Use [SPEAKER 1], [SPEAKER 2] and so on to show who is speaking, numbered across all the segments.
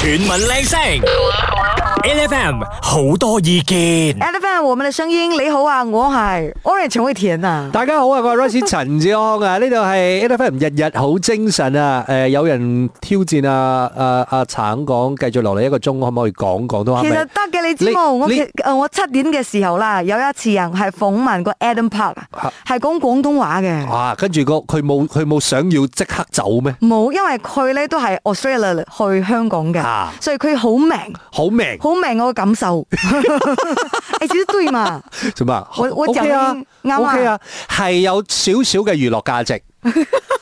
[SPEAKER 1] 全民靚聲，LFM 好多意見。
[SPEAKER 2] e l e p h a n 我們的聲音，你好啊，我係 Orange 陳偉田啊。
[SPEAKER 3] 大家好啊，我係 Royce 陳志康啊，呢度係 A F M 日日好精神啊！誒、有人挑戰啊啊阿橙講繼續落嚟一個鐘，可唔可以講廣東話？
[SPEAKER 2] 其實得嘅，你知冇？
[SPEAKER 3] 你
[SPEAKER 2] 我
[SPEAKER 3] 你
[SPEAKER 2] 其誒我七點嘅時候啦，有一次人係訪問個 Adam Park，
[SPEAKER 3] 啊
[SPEAKER 2] 係講廣東話嘅。
[SPEAKER 3] 啊，跟住個佢冇佢冇想要即刻走咩？
[SPEAKER 2] 冇，因為佢咧都係 Australia 去香港嘅
[SPEAKER 3] 啊，
[SPEAKER 2] 所以佢好明，
[SPEAKER 3] 好明
[SPEAKER 2] 好明我嘅感 受。你其實對嘛？
[SPEAKER 3] 做乜？
[SPEAKER 2] 我我
[SPEAKER 3] OK 啊
[SPEAKER 2] 講啱啊
[SPEAKER 3] ，OK 啊，係有少少嘅娛樂 價值，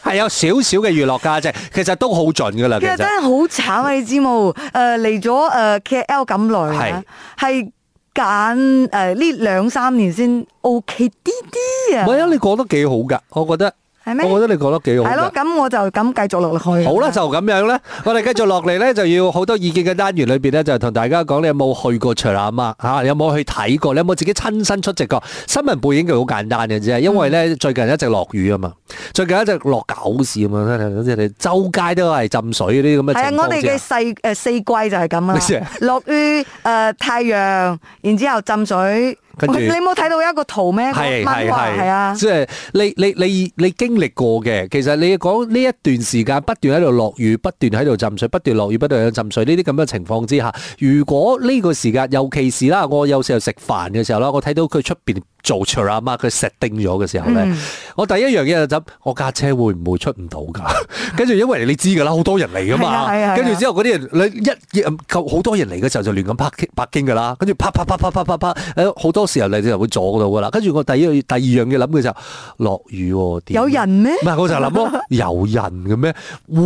[SPEAKER 3] 係有少少嘅娛樂價值，其實都好盡噶 啦，
[SPEAKER 2] 其
[SPEAKER 3] 其
[SPEAKER 2] 實
[SPEAKER 3] 實
[SPEAKER 2] 真。係好慘啊！你知冇？誒嚟咗誒 KL 咁耐啊，係揀誒呢兩三年先 OK 啲啲
[SPEAKER 3] 唔係
[SPEAKER 2] 啊，
[SPEAKER 3] 啊，你講得幾好噶，我覺得，
[SPEAKER 2] 係咩？
[SPEAKER 3] 我覺得你講得幾好
[SPEAKER 2] 係
[SPEAKER 3] 㗎
[SPEAKER 2] 咯，咁我就咁繼續落去。
[SPEAKER 3] 好啦，就咁樣啦。我哋繼續落嚟咧，就要好多意見嘅單元裏边咧，就同大家講你有冇去過長阿媽吓，有冇去睇過？你有冇自己親身出席過？新聞背景就好簡單嘅啫，因為咧最近一直落雨啊嘛，最近一直落狗屎啊嘛，真係真係周街都係浸水呢啲咁
[SPEAKER 2] 係
[SPEAKER 3] 嘅
[SPEAKER 2] 啊，
[SPEAKER 3] 情
[SPEAKER 2] 我
[SPEAKER 3] 況
[SPEAKER 2] 哋
[SPEAKER 3] 之
[SPEAKER 2] 嘅
[SPEAKER 3] 下。
[SPEAKER 2] 四誒四季就係
[SPEAKER 3] 咩事
[SPEAKER 2] 咁啦
[SPEAKER 3] 啊，
[SPEAKER 2] 落雨誒、呃太陽，然之後浸水。
[SPEAKER 3] 跟住
[SPEAKER 2] 喂你冇睇到一個圖咩？
[SPEAKER 3] 係
[SPEAKER 2] 漫
[SPEAKER 3] 係
[SPEAKER 2] 畫係啊
[SPEAKER 3] 係，，即係你你你你經歷過嘅，其實你講呢一段時間不斷喺度落雨，不斷喺度浸水，不斷落雨，不斷喺度浸水呢啲咁嘅情況之下，如果呢個時間，尤其是啦，我有時候食飯嘅時候啦，我睇到佢出邊做 c h a r a m a 佢 set 定咗嘅時候咧，
[SPEAKER 2] 嗯
[SPEAKER 3] 我第一樣嘢就諗，我架車會唔會出唔到 㗎？跟住因為你知㗎啦，好多人嚟㗎
[SPEAKER 2] 係啊係啊係啊
[SPEAKER 3] 嘛，跟住之後嗰啲人你一一夠好多人嚟嘅時候就亂咁拍拍經㗎啦，跟住啪啪啪啪啪啪啪，誒好多時候你就會阻到㗎啦。跟住我第一樣第二樣嘢諗嘅就落雨喎，點啊
[SPEAKER 2] 有人咩
[SPEAKER 3] 唔係我 就諗咯，有人嘅咩？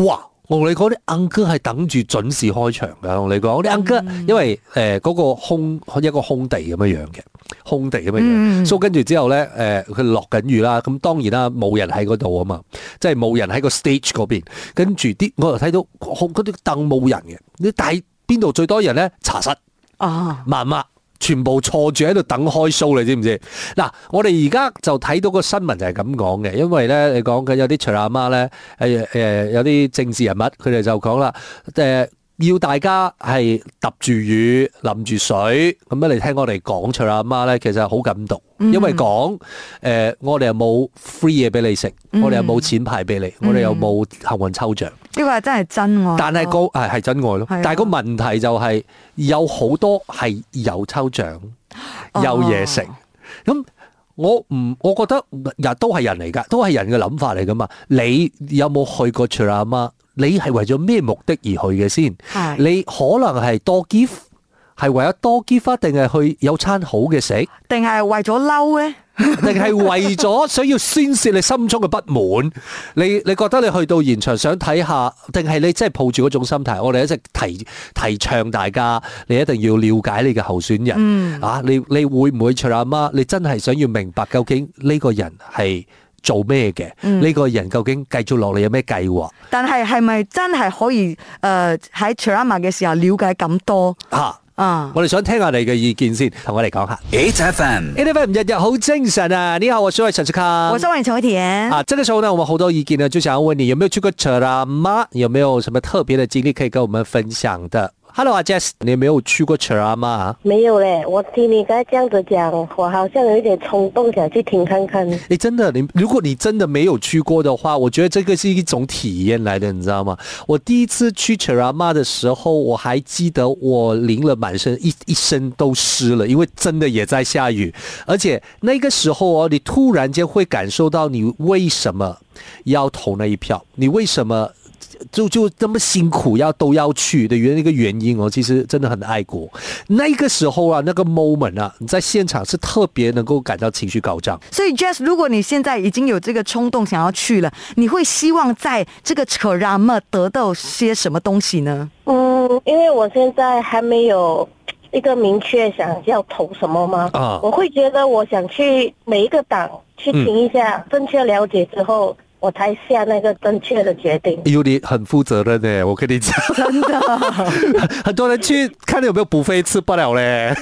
[SPEAKER 3] 哇！我同你講啲 uncle 係等住準時開場㗎，同你講啲
[SPEAKER 2] 嗯
[SPEAKER 3] uncle，因為誒嗰個空一個空地咁樣樣嘅，空地咁樣樣，
[SPEAKER 2] 嗯
[SPEAKER 3] 所以跟住之後咧，誒佢落緊雨啦，咁當然啦，冇人喺嗰度啊嘛，即係冇人喺個 stage 嗰邊，跟住啲我又睇到空嗰啲凳冇人嘅，你但係邊度最多人咧？茶室。
[SPEAKER 2] 啊？
[SPEAKER 3] 麻麻，全部坐住喺度等開 show，你知唔知？嗱，我哋而家就睇到個新聞就係咁講嘅，因為咧你講緊有啲徐阿媽咧，誒、誒有啲政治人物，佢哋就講啦，誒、要大家係揼住雨、淋住水，咁樣你聽我哋講徐阿媽咧，其實好感動，因為講誒、我哋又冇 free 嘢俾你食，我哋又冇錢派俾你，我哋又冇幸運抽獎。
[SPEAKER 2] 呢個係真係真愛。
[SPEAKER 3] 但係個係係真愛咯。
[SPEAKER 2] 係啊
[SPEAKER 3] 但係個問題就係有好多係有抽獎，
[SPEAKER 2] 哦
[SPEAKER 3] 有嘢食。咁我唔，我覺得人都係人嚟㗎，都係人嘅諗法嚟㗎嘛。你有冇去過 c h i r a m a 你係為咗咩目的而去嘅先？
[SPEAKER 2] 係
[SPEAKER 3] 你可能係多 gift，係為咗多 gift 啊，定係去有餐好嘅食？
[SPEAKER 2] 定係為咗嬲咧？
[SPEAKER 3] 定係為咗想要宣泄你心中嘅不滿？你你覺得你去到現場想睇下，定係你真係抱住嗰種心態？我哋一直提提倡大家，你一定要了解你嘅候選人、啊！你你會唔會除阿媽？你真係想要明白究竟呢個人係做咩嘅？呢、個人究竟繼續落嚟有咩計劃？
[SPEAKER 2] 但係係咪真係可以誒喺 c h a r a m a 嘅時候了解咁多
[SPEAKER 3] 啊！
[SPEAKER 2] 啊？
[SPEAKER 3] 我哋想聽下你嘅意見先，同我哋講下。
[SPEAKER 1] HFM
[SPEAKER 3] A F M 日日好精神啊！你好，我是陳志康。
[SPEAKER 2] 我收完陳偉田。
[SPEAKER 3] 啊，这个时候呢，我们好多意见呢，就想要问你有没有去过扯拉妈？有没有什么特别的经历可以跟我们分享的？Hello 啊，Jess，你有没有去过扯拉妈啊？
[SPEAKER 4] 没有嘞，我听你刚才这样子讲，我好像有一点冲动想去听看看。
[SPEAKER 3] 诶，哎真的，你如果你真的没有去过的话，我觉得这个是一种体验来的，你知道吗？我第一次去扯拉妈的时候，我还记得我淋了满身一一身都湿了，因为真的也在下雨，而且那个时候哦，你突然间会感受到你为什么要投那一票，你为什么？就就那么辛苦要都要去的原那个原因哦，其实真的很爱国。那个时候啊，那个 moment 啊，你在现场是特别能够感到情绪高涨。
[SPEAKER 2] 所以，Jess，如果你现在已经有这个冲动想要去了，你会希望在这个 c h a r a m a 得到些什么东西呢？
[SPEAKER 4] 嗯，因为我现在还没有一个明确想要投什么嘛，
[SPEAKER 3] 啊
[SPEAKER 4] 我会觉得我想去每一个党去听一下，正确了解之后，我才下那个正确的决定。
[SPEAKER 3] 哎呦，你很负责任呢，我跟你讲，真的， 很多人去看你有没有补飞吃不了嘞。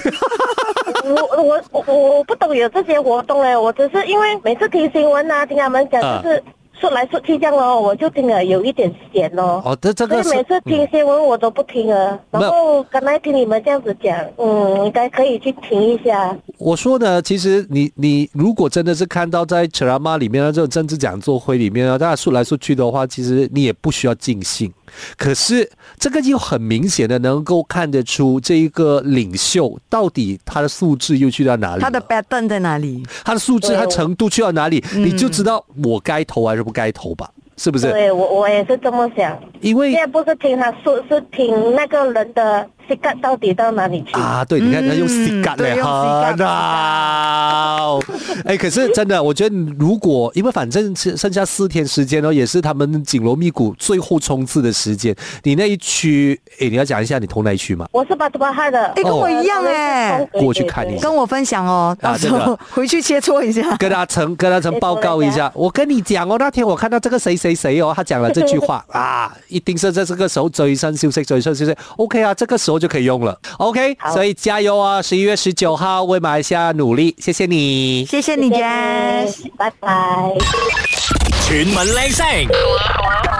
[SPEAKER 4] 我我我我不懂有这些活动嘞，我只是因为每次听新闻啊，听他们讲就是。说来说去这样哦，我就听了有一点闲哦。
[SPEAKER 3] 哦，这
[SPEAKER 4] 所
[SPEAKER 3] 这个
[SPEAKER 4] 以
[SPEAKER 3] 是嗯
[SPEAKER 4] 每次听新闻我都不听啊，
[SPEAKER 3] 没有
[SPEAKER 4] 然后刚才听你们这样子讲，嗯，应该可以去听一下。
[SPEAKER 3] 我说呢，其实你你如果真的是看到在《扯拉妈》里面的这种政治讲座会里面啊，大家说来说去的话，其实你也不需要尽兴。可是这个就很明显的能够看得出这一个领袖到底他的素质又去到哪里了，
[SPEAKER 2] 他的 pattern 在哪里？
[SPEAKER 3] 他的素质
[SPEAKER 4] 对
[SPEAKER 3] 他
[SPEAKER 4] 我
[SPEAKER 3] 程度去到哪里，你就知道我该投还是不该投吧，是不是？
[SPEAKER 4] 对我我也是这么想，
[SPEAKER 3] 因为
[SPEAKER 4] 现在不是听他说，是听那个人的膝盖到底到哪里去。
[SPEAKER 3] 啊，对，你看他用
[SPEAKER 2] 嗯
[SPEAKER 3] C 感
[SPEAKER 2] 对
[SPEAKER 3] 嘞，
[SPEAKER 2] 用 cigar
[SPEAKER 3] 很好。哎，可是真的，我觉得如果因为反正剩剩下四天时间哦，也是他们紧锣密鼓最后冲刺的时间。你那一区，哎，你要讲一下你同那一 区嘛？
[SPEAKER 4] 我是巴图巴哈的，
[SPEAKER 3] 哎
[SPEAKER 2] 诶跟我一样诶
[SPEAKER 4] 对对对
[SPEAKER 3] 过去看一下
[SPEAKER 2] 跟我分享哦，
[SPEAKER 3] 啊
[SPEAKER 2] 到时候
[SPEAKER 3] 真
[SPEAKER 2] 回去切磋一 下。
[SPEAKER 3] 跟阿成，跟阿成报告一下。我跟你讲哦，那天我看到这个谁谁谁哦，他讲了这句话啊，一定是在这个啊时候最新消息，最新消息。OK 啊，这个时候就可以用了。OK，
[SPEAKER 4] 好
[SPEAKER 3] 所以加油啊！十一月十九号为马来西亚努力，谢谢你。
[SPEAKER 2] 谢谢你
[SPEAKER 4] 谢谢
[SPEAKER 2] ，Jess。
[SPEAKER 4] 拜拜。
[SPEAKER 1] 全民靚聲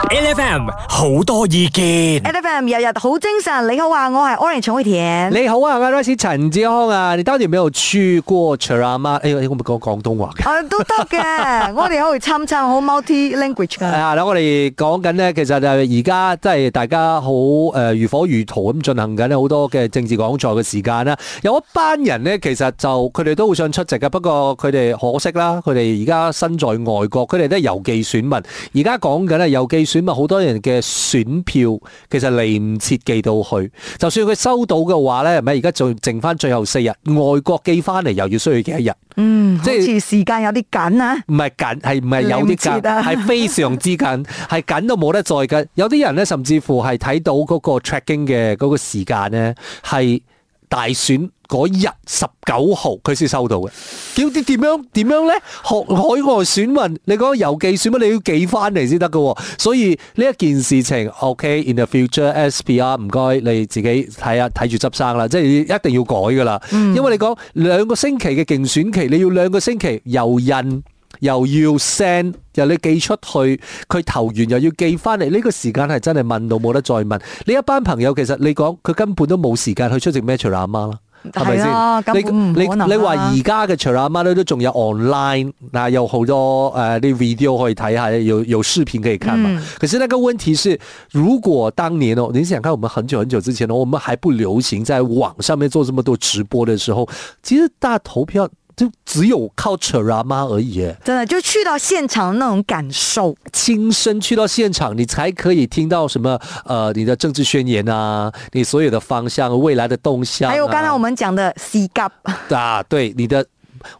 [SPEAKER 1] ，L F M 好多意見
[SPEAKER 2] L F M 日日好精神，你好啊，我係 Orange 陳慧田。
[SPEAKER 3] 你好啊，我係 Rice 陳志康啊，你到底有沒有去過 Cherama？哎呦，我咪講廣東話嘅。
[SPEAKER 2] 啊，都得 嘅，我哋可以參參好 multi language
[SPEAKER 3] 係
[SPEAKER 2] 噶。
[SPEAKER 3] 啊，嗱，我哋講緊咧，其實誒而家即係大家好誒、呃如火如荼咁進行緊好多嘅政治講座嘅時間啦。有一班人咧，其實就佢哋都好想出席嘅，不過佢哋可惜啦，佢哋而家身在外國，佢哋都係郵寄選民。而家講緊咧，郵寄選民好多人嘅選票其實嚟唔切寄到去，就算佢收到嘅話咧，係咪而家仲剩翻最後四日，外國寄翻嚟又要需要幾多日？
[SPEAKER 2] 嗯，好
[SPEAKER 3] 即係
[SPEAKER 2] 似時間有啲緊啊。
[SPEAKER 3] 唔係緊，係唔係有啲
[SPEAKER 2] 嚟唔切
[SPEAKER 3] 緊，
[SPEAKER 2] 啊
[SPEAKER 3] 係非常之 緊，係緊到冇得再緊。有啲人咧，甚至乎係睇到嗰個 tracking 嘅嗰個時間咧，係大選嗰日十九號佢先收到嘅。叫啲點樣點樣咧？學海外選民，你講郵寄選民，你要寄翻嚟先得嘅喎。所以呢一件事情，OK，in、the future，SPR 唔該你自己睇下睇住執生啦，即係一定要改㗎啦。因為你講兩個星期嘅競選期，你要兩個星期郵印。又要 send，又你寄出去，佢投完又要寄翻嚟，呢、個時間係真係問到冇得再問。呢一班朋友其實你講佢根本都冇時間去出席 Metro 阿媽啦。係咪
[SPEAKER 2] 係啊
[SPEAKER 3] 先？
[SPEAKER 2] 根本唔
[SPEAKER 3] 你
[SPEAKER 2] 可能
[SPEAKER 3] 你你話
[SPEAKER 2] 啦
[SPEAKER 3] 而家嘅 c h a r a m a 咧都仲有 online，嗱有好多誒啲 video 可以睇下，有有視頻可以看
[SPEAKER 2] 嗯
[SPEAKER 3] 嘛。可是那個問題是，如果當年哦，你想看我們很久很久之前呢，我們還不流行在網上面做這麼多直播的時候，其實大家投票就只有靠 c h a r a m a 而已耶。
[SPEAKER 2] 真的就去到現場那種感受，
[SPEAKER 3] 亲身去到现场，你才可以听到什么呃你的政治宣言啊，你所有的方向、未来的动向、啊。
[SPEAKER 2] 還有剛才我们讲的 C gap，
[SPEAKER 3] 啊，对你的。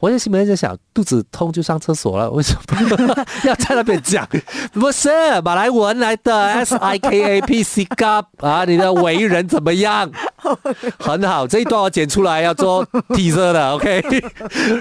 [SPEAKER 3] 我在心里面在想，肚子痛就上厕所了，为什么要在那边讲？ 不是马来文来的 S I K A P C G 啊，你的为人怎么样？很好，这一段我剪出来要做 T 恤的，OK。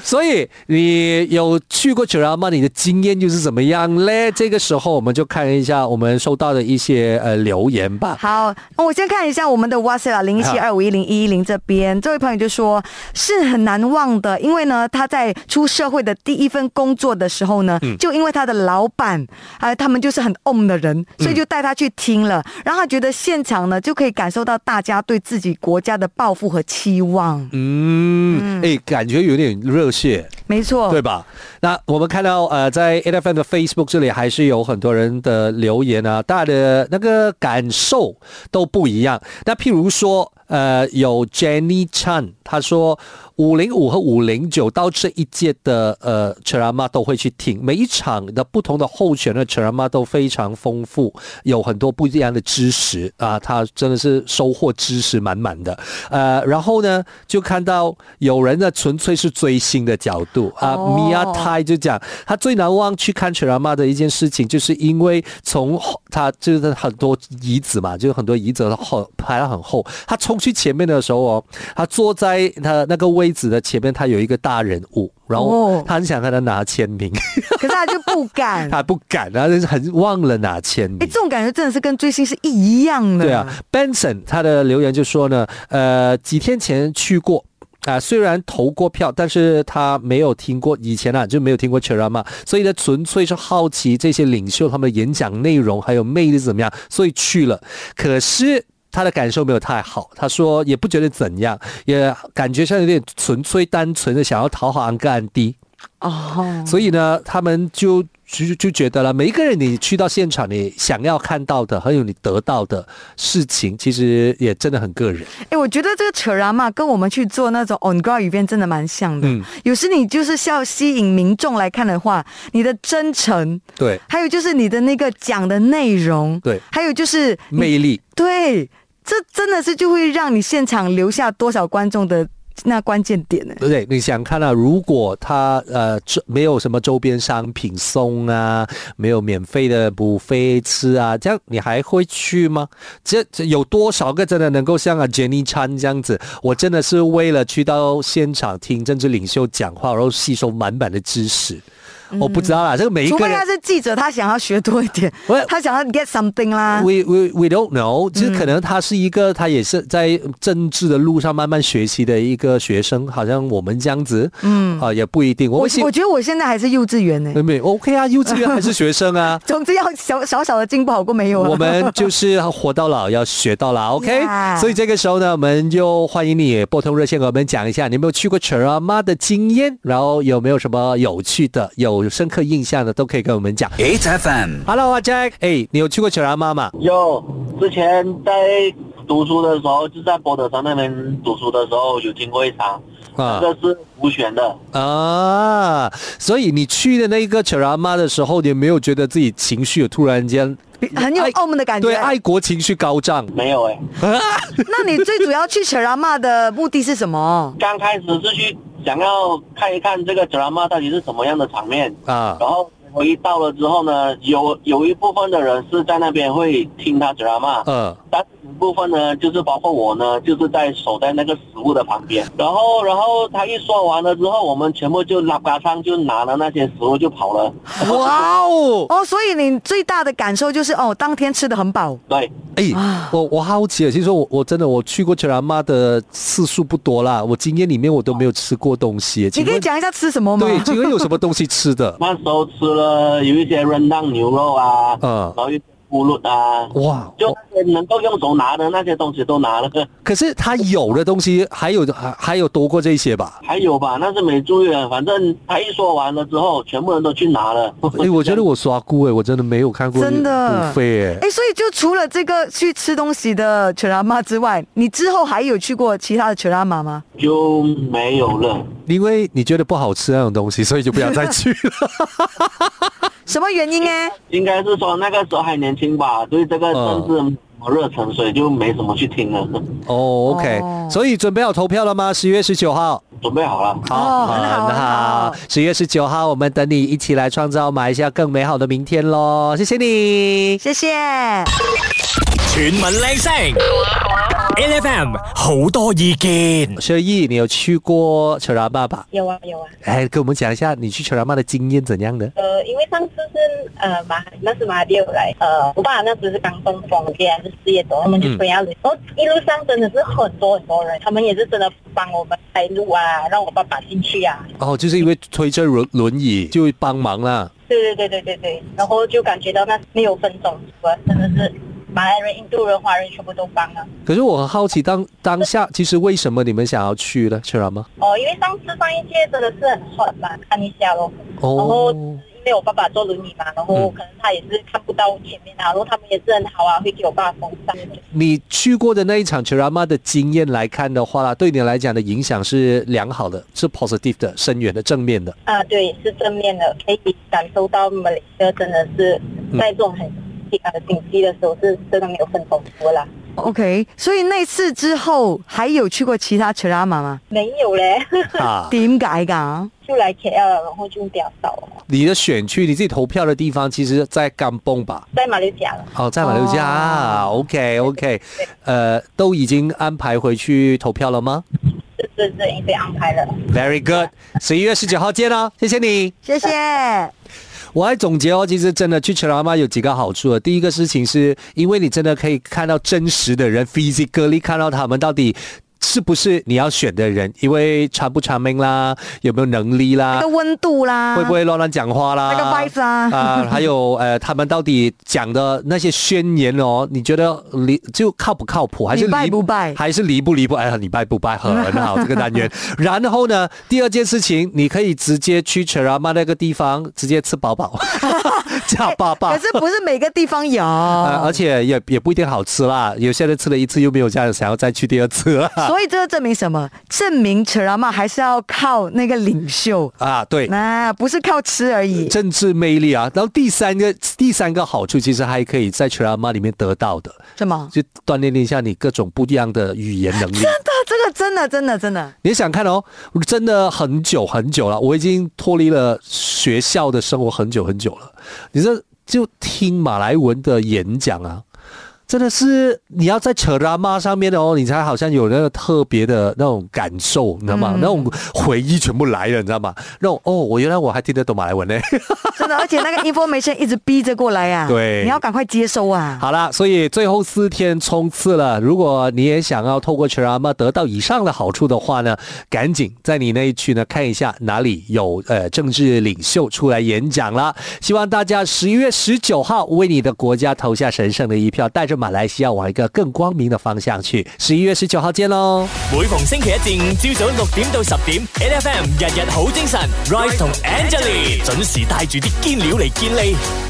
[SPEAKER 3] 所以你有去过 c h i r a m a 你的经验又是怎么样嘞？这个时候我们就看一下我们收到的一些呃留言吧。
[SPEAKER 2] 好，那我先看一下我们的 WhatsApp 啊，零一七二五一零一一零这边，这位朋友就说是很难忘的，因为呢，他在出社会的第一份工作的时候
[SPEAKER 3] 嗯
[SPEAKER 2] 呢，就因为他的老板啊、他们就是很 on 的人，
[SPEAKER 3] 嗯
[SPEAKER 2] 所以就带他去听了，然后他觉得现场呢就可以感受到大家对自己国家的抱负和期望，
[SPEAKER 3] 嗯，哎，感觉有点热血。
[SPEAKER 2] 没错，
[SPEAKER 3] 对吧？那我们看到呃，在 A F M 的 Facebook 这里还是有很多人的留言啊，大家的那个感受都不一样。那譬如说，呃，有 Jenny Chan，她说五零五和五零九到这一届的呃 c h e r a m a 都会去听，每一场的不同的候选的 c h e r a m a 都非常丰富，有很多不一样的知识啊，她真的是收获知识满满的。呃，然后呢，就看到有人呢纯粹是追星的角度啊，
[SPEAKER 2] 哦
[SPEAKER 3] 米亚泰就讲他最难忘去看 c h e r a m a 的一件事情，就是因为从后他就是很多椅子嘛，就是很多椅子后排到很后，他冲去前面的时候哦，他坐在他那个位置的前面，他有一个大人物，然后
[SPEAKER 2] 哦
[SPEAKER 3] 他很想跟他拿签名，
[SPEAKER 2] 可是他就不敢。
[SPEAKER 3] 他不敢，他就是很忘了拿签
[SPEAKER 2] 哎，
[SPEAKER 3] 名
[SPEAKER 2] 这。种感觉真的是跟追星是一样的。
[SPEAKER 3] 啊对啊，，Benson 他的留言就说呢，呃，几天前去过。啊，虽然投过票，但是他没有听过以前啊就没有听过 Cherama，所以呢，纯粹是好奇这些领袖他们的演讲内容还有魅力怎么样，所以去了。可是。他的感受没有太好，他说也不觉得怎样，也感觉上有点纯粹单纯的想要讨好安哥安迪，
[SPEAKER 2] 哦，
[SPEAKER 3] 所以呢，他们就就就觉得了，每一个人你去到现场，你想要看到的，还有你得到的事情，其实也真的很个人。
[SPEAKER 2] 哎，我觉得这个扯拉嘛，跟我们去做那种 on ground 语变真的蛮像的。
[SPEAKER 3] 嗯
[SPEAKER 2] 有时你就是要吸引民众来看的话，你的真诚，
[SPEAKER 3] 对
[SPEAKER 2] 还有就是你的那个讲的内容，
[SPEAKER 3] 对
[SPEAKER 2] 还有就是你
[SPEAKER 3] 魅力，
[SPEAKER 2] 对，这真的是就会让你现场留下多少观众的那关键点呢？
[SPEAKER 3] 对不对？你想看啊，如果他呃这没有什么周边商品送啊，没有免费的补费吃啊，这样你还会去吗？这这有多少个真的能够像啊 Jenny Chan 这样子？我真的是为了去到现场听政治领袖讲话，然后吸收满满的知识。我不知道啦，这个每一
[SPEAKER 2] 嗯除
[SPEAKER 3] 个
[SPEAKER 2] 非
[SPEAKER 3] 人
[SPEAKER 2] 他是记者，他想要学多一点
[SPEAKER 3] 喂，
[SPEAKER 2] 他想要 get something 啦。
[SPEAKER 3] We we we don't
[SPEAKER 2] 嗯
[SPEAKER 3] know，就是可能他是一个，他也是在政治的路上慢慢学习的一个学生，好像我们这样子，嗯，啊、也不一定。我
[SPEAKER 2] 我
[SPEAKER 3] 们是
[SPEAKER 2] 我觉得我现在还是幼稚园 呢、，
[SPEAKER 3] 没没 OK 啊，幼稚园还是学生啊
[SPEAKER 2] 总之要小小小的进步好过没有啊。
[SPEAKER 3] 我们就是活到老要学到老 ，OK。
[SPEAKER 2] Yeah
[SPEAKER 3] 所以这个时候呢，我们就欢迎你拨通热线，给我们讲一下你有没有去过 c h e r a m a 的经验，然后有没有什么有趣的、有深刻印象的，都可以跟我们讲。
[SPEAKER 1] ，HFM。
[SPEAKER 3] Hello 啊 Jack，哎，你有去过 c h e r a m a 吗？
[SPEAKER 5] 有，之前在读书的时候，就在博德山那边读书的时候，有经过一场，
[SPEAKER 3] 啊
[SPEAKER 5] 这是无选的，
[SPEAKER 3] 啊，所以你去的那个 c h e r a m a 的时候，你有没有觉得自己情绪有突然间
[SPEAKER 2] 很有
[SPEAKER 3] 爱
[SPEAKER 2] 澳门的感觉。
[SPEAKER 3] 对爱国情绪高涨？
[SPEAKER 5] 没有哎、
[SPEAKER 2] 那你最主要去 c h e r a m a 的目的是什么？
[SPEAKER 5] 刚开始是去想要看一看这个 drama 到底是什么样的场面，
[SPEAKER 3] 啊
[SPEAKER 5] 然后我一到了之后呢，有有一部分的人是在那边会听他 drama，
[SPEAKER 3] 呃
[SPEAKER 5] 但是有一部分呢，就是包括我呢，就是在守在那个食物的旁边。然后，然后他一说完了之后，我们全部就拉嘎上就拿了那些食物就跑了。
[SPEAKER 3] 哇哦！
[SPEAKER 2] 哦，所以你最大的感受就是哦，当天吃的很饱。
[SPEAKER 5] 对，
[SPEAKER 3] 哎
[SPEAKER 2] 啊，
[SPEAKER 3] 我我好奇了，其实我我真的我去过 c h e r a m a 的次数不多啦，我经验里面我都没有吃过东西。
[SPEAKER 2] 你
[SPEAKER 3] 请
[SPEAKER 2] 可以
[SPEAKER 3] 问
[SPEAKER 2] 讲一下吃什么吗？
[SPEAKER 3] 对，请问有什么东西吃 的？
[SPEAKER 5] 那时候吃了有一些润档牛肉啊，
[SPEAKER 3] 嗯
[SPEAKER 5] 然后一些咕噜啊，
[SPEAKER 3] 哇！
[SPEAKER 5] 就
[SPEAKER 3] 我
[SPEAKER 5] 那些能够用手拿的那些东西都拿了，
[SPEAKER 3] 可是它有的东西还有还还有多过这些吧？
[SPEAKER 5] 还有吧，那是没注意啊了。反正他一说完了之后，全部人都去拿了。
[SPEAKER 3] 哎，我觉得我刷过哎，我真的没有看过
[SPEAKER 2] 真的
[SPEAKER 3] 补费哎。
[SPEAKER 2] 哎，所以就除了这个去吃东西的 c h e r a m a 之外，你之后还有去过其他的 c h e r a m a 吗？
[SPEAKER 5] 就没有了。
[SPEAKER 3] 因为你觉得不好吃那种东西，所以就不想再去 了。
[SPEAKER 2] 什么原因欸呢？
[SPEAKER 5] 应该是说那个时候还年轻吧，对这个
[SPEAKER 3] 嗯
[SPEAKER 5] 政治没什么热忱，所以就没什么去听了。
[SPEAKER 3] 哦，OK，
[SPEAKER 2] 哦
[SPEAKER 3] 所以准备好投票了吗？十月十九号，
[SPEAKER 5] 准备好了，
[SPEAKER 2] 哦很好很好。
[SPEAKER 3] 十月十九号，我们等你一起来创造马来西亚更美好的明天喽！谢谢你。
[SPEAKER 2] 谢谢。
[SPEAKER 1] 全民靓声，LFM 好多意见。
[SPEAKER 3] 薛毅，你有去过 c h e r a m a 吧？
[SPEAKER 6] 有啊有啊，
[SPEAKER 3] 哎，跟我们讲一下你去 c h e r a m a 的经验怎样的？
[SPEAKER 6] 呃，因为上次是呃马那时马六来，呃，我爸那时是刚中风，我爹还是事业走，他们就推下来，然后一路上真的是很多很多人，他们也是真的帮我们开路啊，让我爸爸进去啊，
[SPEAKER 3] 哦，就是因为推着轮轮椅就帮忙啦。
[SPEAKER 6] 对对对对对对，然后就感觉到那没有分种族啊，真的是马来人、印度人、华人全部都帮了。
[SPEAKER 3] 可是我很好奇，当当下其实为什么你们想要去呢 c h e r a m a
[SPEAKER 6] 哦，因为上次上一届真的是很 hot 嘛，看一下咯。然后
[SPEAKER 3] 哦，
[SPEAKER 6] 因为我爸爸坐轮椅嘛，然后可能他也是看不到前面啊，然后他们也是很好啊，会给我爸风扇。
[SPEAKER 3] 你去过的那一场 c h e r a m a 的经验来看的话啦，对你来讲的影响是良好的，是 positive 的、深远的、正面 的。
[SPEAKER 6] 啊，对，是正面的，可以感受到马来西亚真的是在这种很紧啊紧急的时候是真的没有分头多啦。
[SPEAKER 2] OK，所以那次之后还有去过其他 c h e r a m a 吗？
[SPEAKER 6] 没有嘞，
[SPEAKER 3] 啊，
[SPEAKER 2] 点解噶？
[SPEAKER 6] 就来 KL 了，然后就比较少了，
[SPEAKER 3] 你的选区你自己投票的地方，其实在甘蹦吧？
[SPEAKER 6] 在马六甲了。
[SPEAKER 3] 哦，在马六甲、
[SPEAKER 2] 哦
[SPEAKER 3] o k OK，呃，都已经安排回去投票了吗
[SPEAKER 6] 是是是，已经安排了。
[SPEAKER 3] ？Very good，十一月十九号见哦，谢谢你。
[SPEAKER 2] 谢
[SPEAKER 3] 啊
[SPEAKER 2] 谢。
[SPEAKER 3] 我还总结哦，其实真的去 c h e r a m a 有几个好处的。第一个事情是因为你真的可以看到真实的人，physically 看到他们到底。是不是你要选的人，因为长不长命啦，有没有能力啦
[SPEAKER 2] 那个，温度啦，
[SPEAKER 3] 会不会乱乱讲话啦，
[SPEAKER 2] 啊那个 vibes 啊
[SPEAKER 3] 还有呃，他们到底讲的那些宣言哦，你觉得离就靠不靠谱，还是
[SPEAKER 2] 你拜
[SPEAKER 3] 离
[SPEAKER 2] 不拜
[SPEAKER 3] 还是离不离不？哎呀，你拜不拜很好这个单 元。然后呢，第二件事情，你可以直接去 c h e r a m a 那个地方直接吃 饱饱，假饱饱。
[SPEAKER 2] 可是哦不是每个地方有，
[SPEAKER 3] 呃，而且也也不一定好吃啦，有些人吃了一次又没有这样想要再去第二次啊。
[SPEAKER 2] 所以这证明什么？证明 c h e r a m a 还是要靠那个领袖，
[SPEAKER 3] 啊，对，
[SPEAKER 2] 那、不是靠吃而已。
[SPEAKER 3] 政治魅力啊。然后第三个第三个好处，其实还可以在 c h e r a m a 里面得到的，
[SPEAKER 2] 什么？
[SPEAKER 3] 就锻炼一下你各种不一样的语言能力。
[SPEAKER 2] 这这个真的真的真的，
[SPEAKER 3] 你想看哦，真的很久很久了，我已经脱离了学校的生活很久很久了。你这就听马来文的演讲啊，真的是你要在扯拉妈上面哦，你才好像有那个特别的那种感受，你知道吗？那种回忆全部来了，你知道吗？那种哦，我原来我还听得懂马来文呢。
[SPEAKER 2] 真的，而且那 个 information 一直逼着过来呀、啊，
[SPEAKER 3] 对
[SPEAKER 2] 你要赶快接收啊。
[SPEAKER 3] 好啦，所以最后四天冲刺了。如果你也想要透过 Cherama 得到以上的好处的话呢，赶紧在你那一区呢看一下哪里有呃政治领袖出来演讲啦。希望大家十一月十九号为你的国家投下神圣的一票，带着马来西亚往一个更光明的方向去。十一月十九号见喽！
[SPEAKER 1] 每逢星期一至五朝早六點到十點，N F M 日日好精神，Rise 同 Angelie 準時帶住啲堅料嚟健利。